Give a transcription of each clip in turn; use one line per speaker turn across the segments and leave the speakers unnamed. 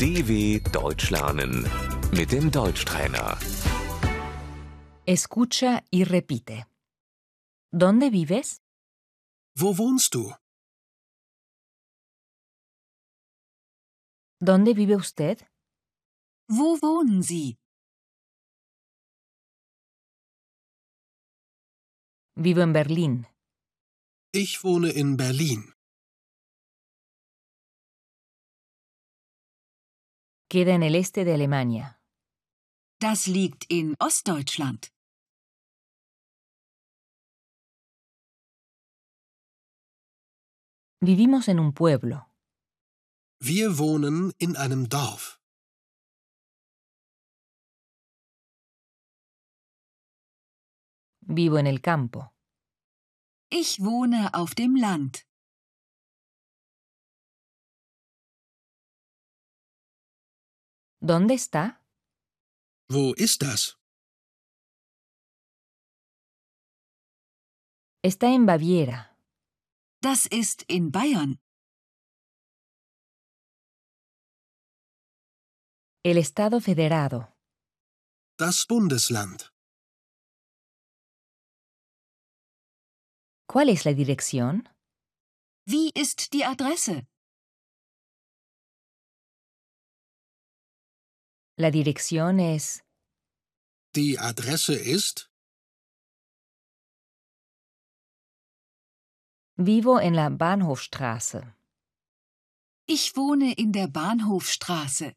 DW Deutsch lernen mit dem Deutschtrainer.
Escucha y repite. ¿Dónde vives?
Wo wohnst du?
¿Dónde vive usted?
Wo wohnen Sie?
Vivo en Berlín.
Ich wohne in Berlin.
Queda en el este de Alemania.
Das liegt in Ostdeutschland.
Vivimos en un pueblo.
Wir wohnen in einem Dorf.
Vivo en el campo.
Ich wohne auf dem Land.
¿Dónde está?
Wo ist das?
Está en Baviera.
Das ist in Bayern.
El Estado Federado.
Das Bundesland.
¿Cuál es la dirección?
Wie ist die Adresse?
La dirección es...
Die Adresse ist
Vivo en la Bahnhofstraße.
Ich wohne in der Bahnhofstraße.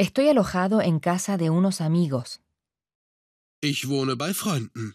Estoy alojado en casa de unos amigos.
Ich wohne bei Freunden.